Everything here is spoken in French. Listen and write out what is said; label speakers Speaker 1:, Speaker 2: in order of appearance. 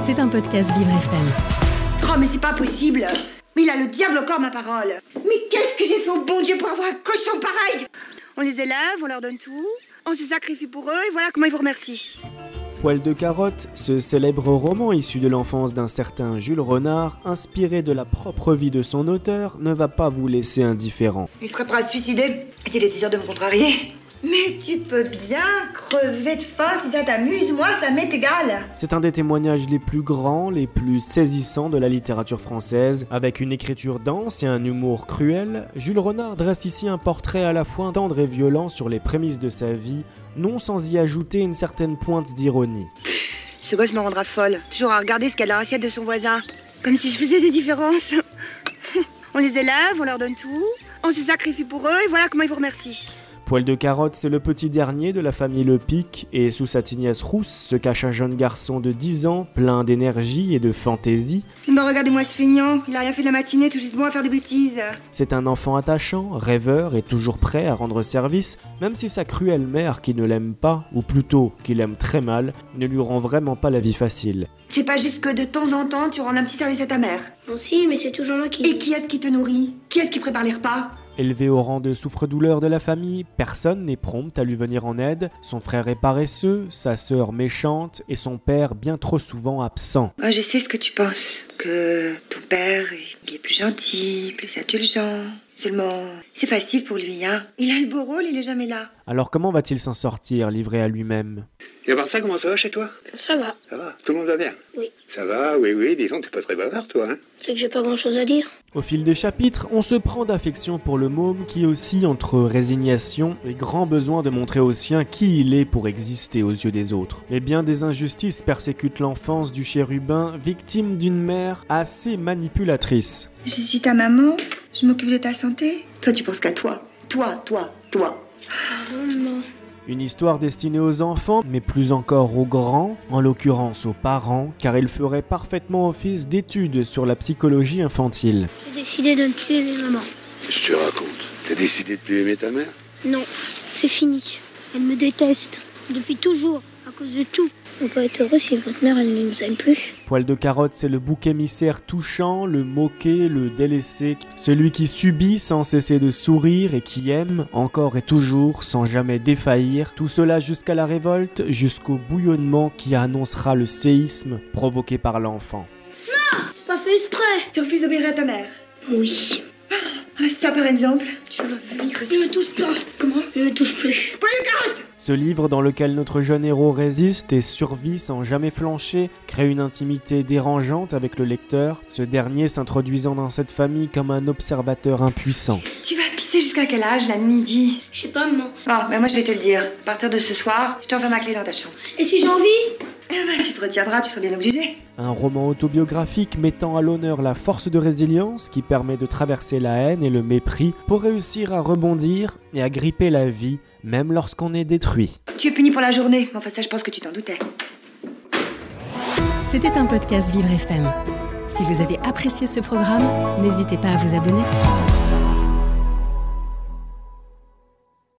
Speaker 1: C'est un podcast Vivre FM.
Speaker 2: Oh, mais c'est pas possible Mais il a le diable encore, ma parole Mais qu'est-ce que j'ai fait au bon Dieu pour avoir un cochon pareil On les élève, on leur donne tout, on se sacrifie pour eux, et voilà comment ils vous remercient.
Speaker 3: Poil de carotte, ce célèbre roman issu de l'enfance d'un certain Jules Renard, inspiré de la propre vie de son auteur, ne va pas vous laisser indifférent.
Speaker 2: Il serait prêt à se suicider s'il était sûr de me contrarier. Mais tu peux bien crever de faim si ça t'amuse, moi ça m'est égal
Speaker 3: C'est un des témoignages les plus grands, les plus saisissants de la littérature française. Avec une écriture dense et un humour cruel, Jules Renard dresse ici un portrait à la fois tendre et violent sur les prémices de sa vie, non sans y ajouter une certaine pointe d'ironie.
Speaker 2: Ce gosse me rendra folle. Toujours à regarder ce qu'il y a dans l'assiette de son voisin. Comme si je faisais des différences. on les élève, on leur donne tout, on se sacrifie pour eux, et voilà comment ils vous remercient.
Speaker 3: Poil de carotte, c'est le petit dernier de la famille Le Pic, et sous sa tignasse rousse se cache un jeune garçon de 10 ans, plein d'énergie et de fantaisie.
Speaker 2: Mais regardez-moi ce feignant, il a rien fait de la matinée, tout juste bon à faire des bêtises.
Speaker 3: C'est un enfant attachant, rêveur et toujours prêt à rendre service, même si sa cruelle mère qui ne l'aime pas, ou plutôt qui l'aime très mal, ne lui rend vraiment pas la vie facile.
Speaker 2: C'est pas juste que de temps en temps tu rends un petit service à ta mère.
Speaker 4: Bon, si, mais c'est toujours moi
Speaker 2: Et
Speaker 4: qui.
Speaker 2: qui est-ce qui te nourrit Qui est-ce qui prépare les repas
Speaker 3: Élevé au rang de souffre-douleur de la famille, personne n'est prompt à lui venir en aide, son frère est paresseux, sa sœur méchante et son père bien trop souvent absent.
Speaker 2: Moi, je sais ce que tu penses. Que ton père, il est plus gentil, plus indulgent. Seulement, c'est facile pour lui, hein. Il a le beau rôle, il est jamais là.
Speaker 3: Alors comment va-t-il s'en sortir, livré à lui-même
Speaker 5: Et à part ça, comment ça va chez toi
Speaker 4: Ça va,
Speaker 5: Ça va Tout le monde va bien
Speaker 4: Oui.
Speaker 5: Ça va, oui, oui, dis donc, t'es pas très bavard, toi, hein
Speaker 4: c'est que j'ai pas grand chose à dire.
Speaker 3: Au fil des chapitres, on se prend d'affection pour le môme qui oscille entre résignation et grand besoin de montrer aux siens qui il est pour exister aux yeux des autres. Et bien des injustices persécutent l'enfance du chérubin, victime d'une mère assez manipulatrice.
Speaker 2: Je suis ta maman, je m'occupe de ta santé. Toi, tu penses qu'à toi. Toi, toi, toi.
Speaker 4: Pardon, maman.
Speaker 3: Une histoire destinée aux enfants, mais plus encore aux grands, en l'occurrence aux parents, car il ferait parfaitement office d'étude sur la psychologie infantile.
Speaker 4: J'ai décidé de ne plus aimer maman.
Speaker 5: Qu'est-ce que tu racontes T'as décidé de plus aimer ta mère
Speaker 4: Non, c'est fini. Elle me déteste. Depuis toujours, à cause de tout. On peut être heureux si votre mère, elle ne nous aime plus.
Speaker 3: Poil de carotte, c'est le bouc émissaire touchant, le moqué, le délaissé, celui qui subit sans cesser de sourire et qui aime encore et toujours sans jamais défaillir. Tout cela jusqu'à la révolte, jusqu'au bouillonnement qui annoncera le séisme provoqué par l'enfant.
Speaker 4: C'est pas fait exprès.
Speaker 2: Tu refuses d'obéir à ta mère.
Speaker 4: Oui.
Speaker 2: Ah, ça, par exemple. Tu refuses.
Speaker 4: Ne me touche pas.
Speaker 2: Comment
Speaker 4: Ne me touche plus.
Speaker 3: Ce livre dans lequel notre jeune héros résiste et survit sans jamais flancher crée une intimité dérangeante avec le lecteur, ce dernier s'introduisant dans cette famille comme un observateur impuissant.
Speaker 2: Tu vas pisser jusqu'à quel âge, la nuit dit
Speaker 4: Je sais pas, maman.
Speaker 2: Bon, ben moi, je vais te le dire. À partir de ce soir, je t'enferme ma clé dans ta chambre.
Speaker 4: Et si j'ai envie
Speaker 2: Eh ben, tu te retiendras, tu seras bien obligé.
Speaker 3: Un roman autobiographique mettant à l'honneur la force de résilience qui permet de traverser la haine et le mépris pour réussir à rebondir et à gripper la vie, même lorsqu'on est détruit.
Speaker 2: Tu es puni pour la journée. Mais enfin, ça, je pense que tu t'en doutais.
Speaker 1: C'était un podcast Vivre FM. Si vous avez apprécié ce programme, n'hésitez pas à vous abonner.